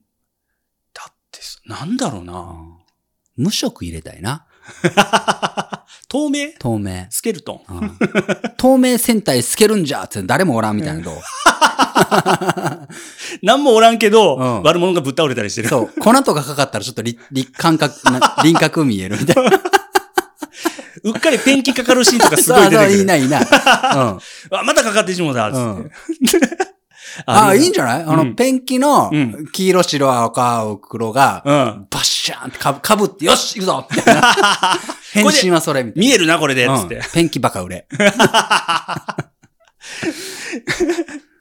Speaker 3: だってさ、なんだろう
Speaker 4: あ。う
Speaker 3: な。
Speaker 4: ん無色入れたいな。
Speaker 3: 透明
Speaker 4: 透明。
Speaker 3: スケルトン。
Speaker 4: うん透明戦隊透けるんじゃって誰もおらんみたいなと。
Speaker 3: なんもおらんけど、
Speaker 4: うん
Speaker 3: 悪者がぶっ倒れたりしてる。
Speaker 4: そう。粉とかかかったらちょっと立、立感覚、な輪郭見えるみたいな。
Speaker 3: うっかりペンキかかるシーンとかすご
Speaker 4: そう
Speaker 3: い出て
Speaker 4: そう、
Speaker 3: くる。
Speaker 4: いいな、いいな。うん。
Speaker 3: あ、またかかってしもうた、つって。
Speaker 4: うんあ、いいんじゃないあ
Speaker 3: う
Speaker 4: の、
Speaker 3: ん
Speaker 4: ペンキの
Speaker 3: うん
Speaker 4: 黄色、白、赤、青黒が、
Speaker 3: ゃうん。
Speaker 4: バッシャーンってかぶかぶって、よし行くぞ みたいな変身はそれみたいな。
Speaker 3: 見えるな、これで、つっ
Speaker 4: うん
Speaker 3: て。
Speaker 4: ペンキバカ売 れ。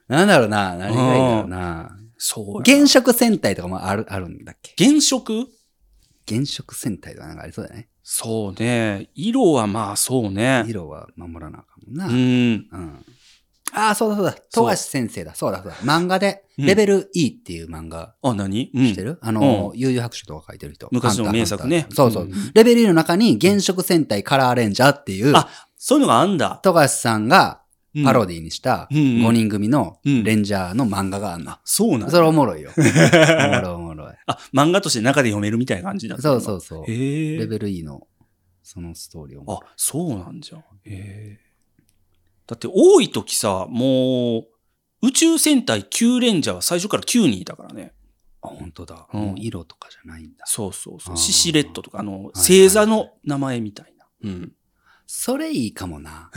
Speaker 4: なんだろうな何がいいんだろうな
Speaker 3: そう。
Speaker 4: 原色戦隊とかもある、あるんだっけ
Speaker 3: 原色
Speaker 4: 原色戦隊とかなんかありそうだね。
Speaker 3: そうね。色はまあそうね。
Speaker 4: 色は守らなあかんもん
Speaker 3: う
Speaker 4: な。
Speaker 3: ん。
Speaker 4: うん。ああ、そうだそうだ。
Speaker 3: そう
Speaker 4: 富樫先生だ。そうだそうだ。漫画
Speaker 3: う
Speaker 4: で、
Speaker 3: ん
Speaker 4: レベル E っていう漫画
Speaker 3: あ、何う
Speaker 4: 知っ
Speaker 3: ん
Speaker 4: て。るあの、悠々白書とか書いてる人。
Speaker 3: 昔の
Speaker 4: ハンター
Speaker 3: 名作ね。
Speaker 4: ハンターそうそううんレベル E の中に原色戦隊カラーレンジャーっていう、
Speaker 3: あそういうのがあんだ。
Speaker 4: 富樫さんが
Speaker 3: うん
Speaker 4: パロディにした
Speaker 3: うんうん
Speaker 4: 5人組の
Speaker 3: うん
Speaker 4: レンジャーの漫画があんな。
Speaker 3: そうなん
Speaker 4: それおもろ いよ。おもろいおもろい。
Speaker 3: あ、漫画として中で読めるみたいな感じだったん
Speaker 4: そ
Speaker 3: だ
Speaker 4: うそうそう。
Speaker 3: へえ。
Speaker 4: レベル E のそのストーリー
Speaker 3: あ、
Speaker 4: を。
Speaker 3: そうなんじゃん。へえ。だって多い時さ、もう、宇宙戦隊9レンジャーは最初から9人いたからね。
Speaker 4: あ、本当だ。
Speaker 3: うん
Speaker 4: もう色とかじゃないんだ。
Speaker 3: そうそうそ
Speaker 4: あ
Speaker 3: う。
Speaker 4: ー
Speaker 3: シシレットとか、あの、
Speaker 4: い
Speaker 3: 星座の名前みたいな。うん。
Speaker 4: それいいかも な。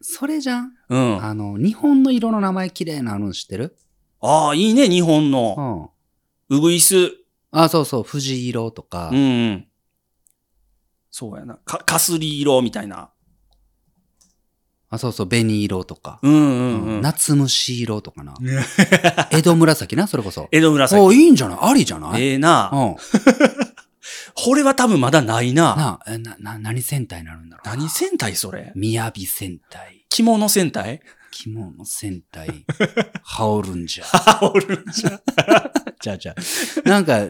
Speaker 4: それじゃん。
Speaker 3: うん。あ
Speaker 4: あの、日本の色の名前綺麗なの知ってる
Speaker 3: あー、いいね、日本
Speaker 4: う
Speaker 3: の。
Speaker 4: ん。
Speaker 3: うぐいす。
Speaker 4: あ、そうそう。藤色とか
Speaker 3: うん、。うん。そうやな。か、かすり色みたいな。
Speaker 4: あ、そうそう。紅色とか。
Speaker 3: うんうんうん。
Speaker 4: 夏虫色 とかな。江戸紫な、それこそ。
Speaker 3: 江戸
Speaker 4: お
Speaker 3: 紫。
Speaker 4: いいんじゃないありじゃない
Speaker 3: ええ
Speaker 4: う
Speaker 3: な。
Speaker 4: ん。
Speaker 3: これは多分まだないな。
Speaker 4: なあ、えな、な、何戦隊になるんだろうな。
Speaker 3: 何戦隊それ
Speaker 4: 雅戦隊、
Speaker 3: 着物戦隊
Speaker 4: 着物戦 隊、羽織るんじゃ。
Speaker 3: あ、おるん じゃん。
Speaker 4: じゃあじゃあ。なんか、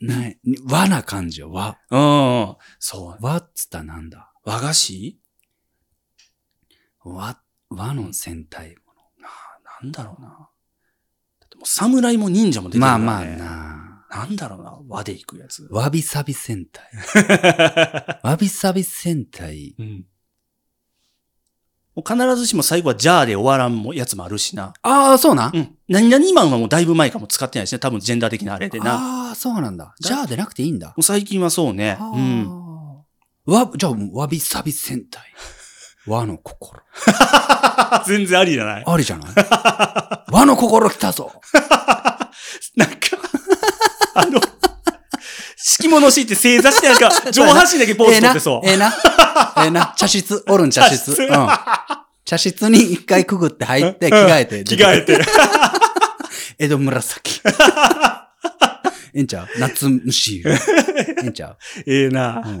Speaker 4: な、和な感じよ、和。
Speaker 3: うんうん。そう。
Speaker 4: 和っつったらなんだ。
Speaker 3: 和菓子
Speaker 4: 和、和の戦
Speaker 3: な
Speaker 4: 隊。
Speaker 3: あ、なんだろうな。だってもう侍も忍者も出てるか
Speaker 4: まあ
Speaker 3: ら、ね。
Speaker 4: まあな。
Speaker 3: なんだろうな。和で行くやつ。
Speaker 4: わびさび戦 隊。わびさび戦隊。
Speaker 3: うん。もう必ずしも最後はじゃあで終わらんもやつもあるしな。
Speaker 4: ああ、そうな。
Speaker 3: うん。何々マンはもうだいぶ前かも使ってないしね。多分ジェンダー的なあれでな。も
Speaker 4: ああ、そうなんだ。じゃあでなくていいんだ。
Speaker 3: う最近はそうね。
Speaker 4: あ
Speaker 3: うん。
Speaker 4: あ。わ、じゃあ、わびさび戦 隊。和の心。
Speaker 3: 全然ありじゃない。
Speaker 4: ありじゃない 和の心来たぞ。
Speaker 3: なんか、 あの、敷物敷いて正座してなん か、上半身だけポーズ取ってそう。
Speaker 4: ええな。ええな。茶室、おるん茶室。
Speaker 3: 茶室
Speaker 4: うん。茶室に一回くぐって入って、着替えて。
Speaker 3: 着替えて。
Speaker 4: 江戸紫。ええんちゃう夏虫色。ええんちゃう
Speaker 3: ええな。
Speaker 4: うん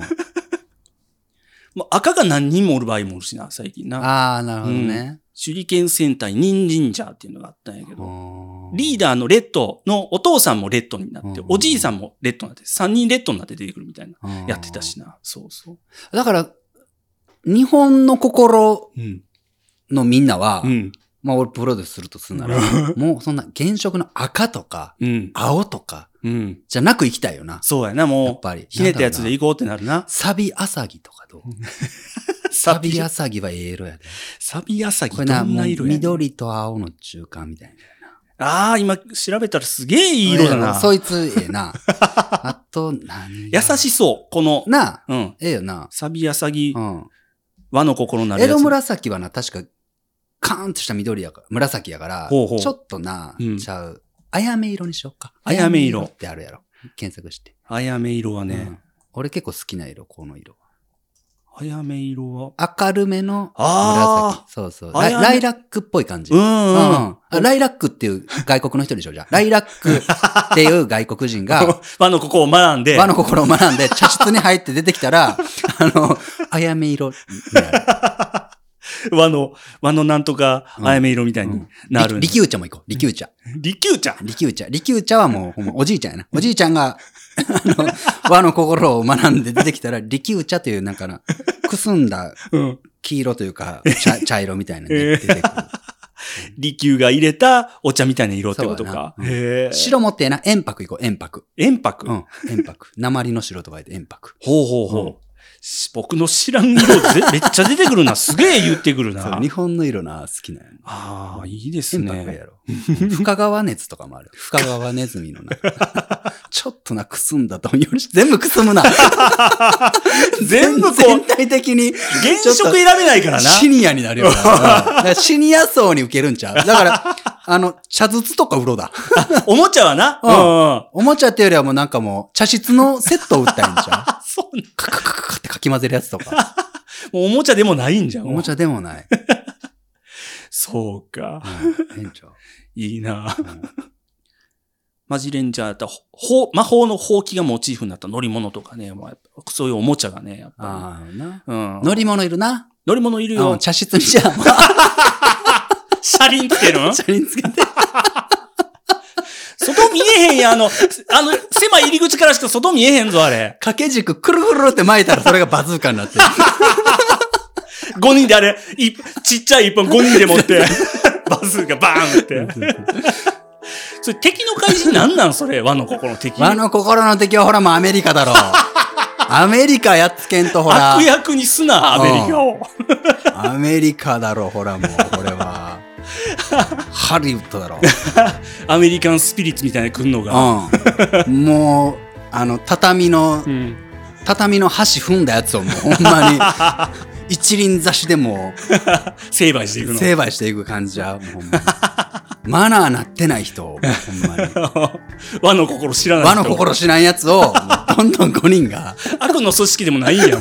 Speaker 3: まあ、赤が何人もおる場合もおるしな、最近な。
Speaker 4: ああ、なるほどね。
Speaker 3: 手裏剣戦隊、ニンジンジャーっていうのがあったんやけど、リー
Speaker 4: ダ
Speaker 3: ダーのレッドのお父さんもレッドになって
Speaker 4: う、ん
Speaker 3: おじいさんもレッドになって、3人レッドになって出てくるみたいな。
Speaker 4: ー
Speaker 3: やってた。しな。そうそう。
Speaker 4: だから、日本の心
Speaker 3: うん。
Speaker 4: のみんなは、
Speaker 3: うん。
Speaker 4: まあ俺プロデュースするとすんなら、もうそんな原色の赤とか
Speaker 3: うん。
Speaker 4: 青とか
Speaker 3: うん。
Speaker 4: じゃなく行きたいよな。
Speaker 3: そうやな、
Speaker 4: やっ
Speaker 3: もう。
Speaker 4: ぱり。
Speaker 3: ひねったやつで
Speaker 4: い
Speaker 3: 行こうってなるな。
Speaker 4: サビアサギとかどう サ
Speaker 3: サ
Speaker 4: ビ
Speaker 3: ビ
Speaker 4: ア
Speaker 3: ア、
Speaker 4: サギはええ色やで。
Speaker 3: サビアサギ
Speaker 4: これ
Speaker 3: ど
Speaker 4: な、
Speaker 3: ん
Speaker 4: もう
Speaker 3: な色やねん
Speaker 4: 緑と青の中間みたいな。
Speaker 3: ああ、今調べたらすげえいい色だな。
Speaker 4: そいつえ えな。あと何
Speaker 3: 優しそう、この。
Speaker 4: なあ、
Speaker 3: うん。
Speaker 4: ええよな。
Speaker 3: サビアサギ
Speaker 4: う、ん。
Speaker 3: 和の心なる
Speaker 4: 江
Speaker 3: やつ。
Speaker 4: 戸紫はな、確か、カーンとした緑やから、紫やから、
Speaker 3: ほうほう
Speaker 4: ちょっとな、
Speaker 3: うん
Speaker 4: ちゃう。あやめ色にしようか。
Speaker 3: あやめ色
Speaker 4: あってあるやろ。検索して。
Speaker 3: あやめ色は
Speaker 4: う
Speaker 3: ね
Speaker 4: ん。俺結構好きな色、この色。
Speaker 3: あやめ色は。
Speaker 4: 明るめの
Speaker 3: あ
Speaker 4: 紫。そうそう。
Speaker 3: あ
Speaker 4: ライ
Speaker 3: やめ
Speaker 4: ライラックっぽい感じ。
Speaker 3: う
Speaker 4: うん
Speaker 3: うん。
Speaker 4: あライラックっていう外国の人でしょ、じゃ あ。ライラックっていう外国人 が、
Speaker 3: 和のここを学んで。
Speaker 4: 和の心を学んで、茶室に入って出てきた ら、あの、あやめ色になる。
Speaker 3: 和の、和のなんとか、あやめ色みたいになる。
Speaker 4: り利休茶も行こう。利休茶。
Speaker 3: 利休茶。
Speaker 4: 利休茶。利休茶はもう、ほんま、おじいちゃんやな。おじいちゃんが、あ の、和の心を学んで出てきたら、利休茶という、なんかな、くすんだ
Speaker 3: うん。
Speaker 4: 黄色というか、茶茶色みたいなので出てくる。
Speaker 3: 利休が入れたお茶みたいな色ってことか。
Speaker 4: そうやな
Speaker 3: へえ。
Speaker 4: 白持ってえな、円白行こう、円白。
Speaker 3: 塩白。
Speaker 4: う、
Speaker 3: ほうん
Speaker 4: 円白。鉛の白と書いて円白。
Speaker 3: ほう
Speaker 4: うん
Speaker 3: ほう。し僕の知らん色ぜめっちゃ出てくる な。すげえ言ってくる
Speaker 4: そ
Speaker 3: な
Speaker 4: う、。日本の色な、好きなんやな。
Speaker 3: ああ、いいです
Speaker 4: 円白や
Speaker 3: ね。
Speaker 4: ろ。深川熱とかもある。深川ネズミのな。ちょっとな、くすんだどんよりし、全部くすむな。
Speaker 3: 全部こ
Speaker 4: 全
Speaker 3: う、
Speaker 4: 体的に。
Speaker 3: 現職選べないからな。
Speaker 4: シニアになるよな。うんだからシニア層に受けるんちゃうだから、あの、茶筒とかうろだ。
Speaker 3: おもちゃはな。
Speaker 4: う
Speaker 3: うんん。
Speaker 4: おもちゃっていうよりはもうなんかもう、茶室のセットを売ったらいいんちゃう
Speaker 3: そうね
Speaker 4: カカカカカってかき混ぜるやつとか。
Speaker 3: もうおもちゃでもないんじゃん。
Speaker 4: おもちゃでもない。
Speaker 3: そうか。
Speaker 4: うん、ええんちゃう
Speaker 3: いいな。
Speaker 4: うん
Speaker 3: マジレンジャーだったら、ほ魔法のほうきがモチーフになった乗り物とかね、まあ、やっぱそういうおもちゃがね、やっぱ
Speaker 4: ああ、な。
Speaker 3: り。うん。
Speaker 4: 乗り物いるな。
Speaker 3: 乗り物いる
Speaker 4: う
Speaker 3: よ
Speaker 4: ん、。茶室にじゃあ、
Speaker 3: 車輪つけるん
Speaker 4: 茶につけて。
Speaker 3: 外見えへんやん、あの、あの、狭い入り口からしか外見えへんぞ、あれ。
Speaker 4: 掛け軸くるくるって巻いたらそれがバズーカになってる。
Speaker 3: 5人であれ、いちっちゃい1本5人で持 って、バズーがバーンって。それ敵の怪人なんなんそれ、和の心の敵。
Speaker 4: あの心の敵はほらもうアメリカだろ。アメリカやっつけんとほら
Speaker 3: 悪。役にすな、アメリカを。
Speaker 4: アメリカだろ、ほらもう、これは。ハリウッドだろ。
Speaker 3: アメリカンスピリッツみたいなの来んのが。
Speaker 4: うん。もう、あの、畳の
Speaker 3: う、ん。
Speaker 4: 畳の箸踏んだやつをもうほんまに、一輪差しでも
Speaker 3: 成敗していくの。
Speaker 4: 成敗していく感じは、もうほんまに。マナーなってない人を、もうほ んまに。
Speaker 3: 和の心知らない
Speaker 4: 和
Speaker 3: 人。
Speaker 4: の心知らんやつを、もうどんどん5人が、
Speaker 3: 悪の組織でもないんや、もう。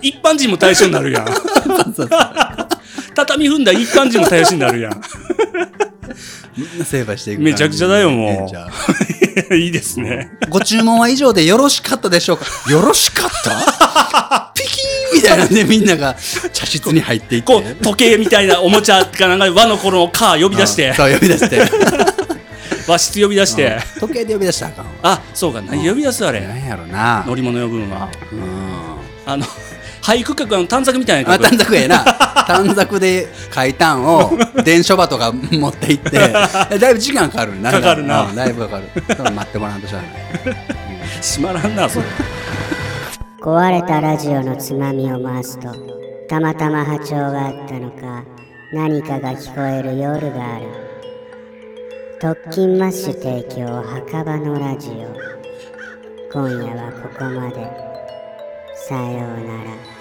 Speaker 3: 一般人も対象になるやん。 畳踏んだ一般人も対象になるやん。
Speaker 4: みんな成敗していく
Speaker 3: めちゃくちゃだよもう
Speaker 4: ええんちゃ
Speaker 3: いいですね。
Speaker 4: ご注文は以上でよろしかったでしょうかよろしかっ たピキーンみたいなんでみんなが茶室に入っていって。
Speaker 3: こう、時計みたいなおもちゃかなんか和の頃のカー呼び出して
Speaker 4: うん、そう、呼び 出して。
Speaker 3: 和室呼び出して、
Speaker 4: うん時計で呼び出したらあかんわ。
Speaker 3: あ、そうか、何呼び出すあ
Speaker 4: な
Speaker 3: れ。
Speaker 4: んやろ な。
Speaker 3: 乗り物呼ぶのは。
Speaker 4: うん。
Speaker 3: あの、 俳句曲の短冊みたいな
Speaker 4: あ、短
Speaker 3: 曲。
Speaker 4: 冊ええな。短冊で書いたんを、電書場とか持って行っ て、だいぶ時間かかるな。
Speaker 3: かかるな
Speaker 4: うんだいぶかかる。多分待ってもらわんとしゃあない。
Speaker 3: 閉まらんな、それ。
Speaker 1: 壊れたラジオのつまみを回すとたまたま波長があったのか何かが聞こえる夜がある特勤マッシュ提供墓場のラジオ今夜はここまでさようなら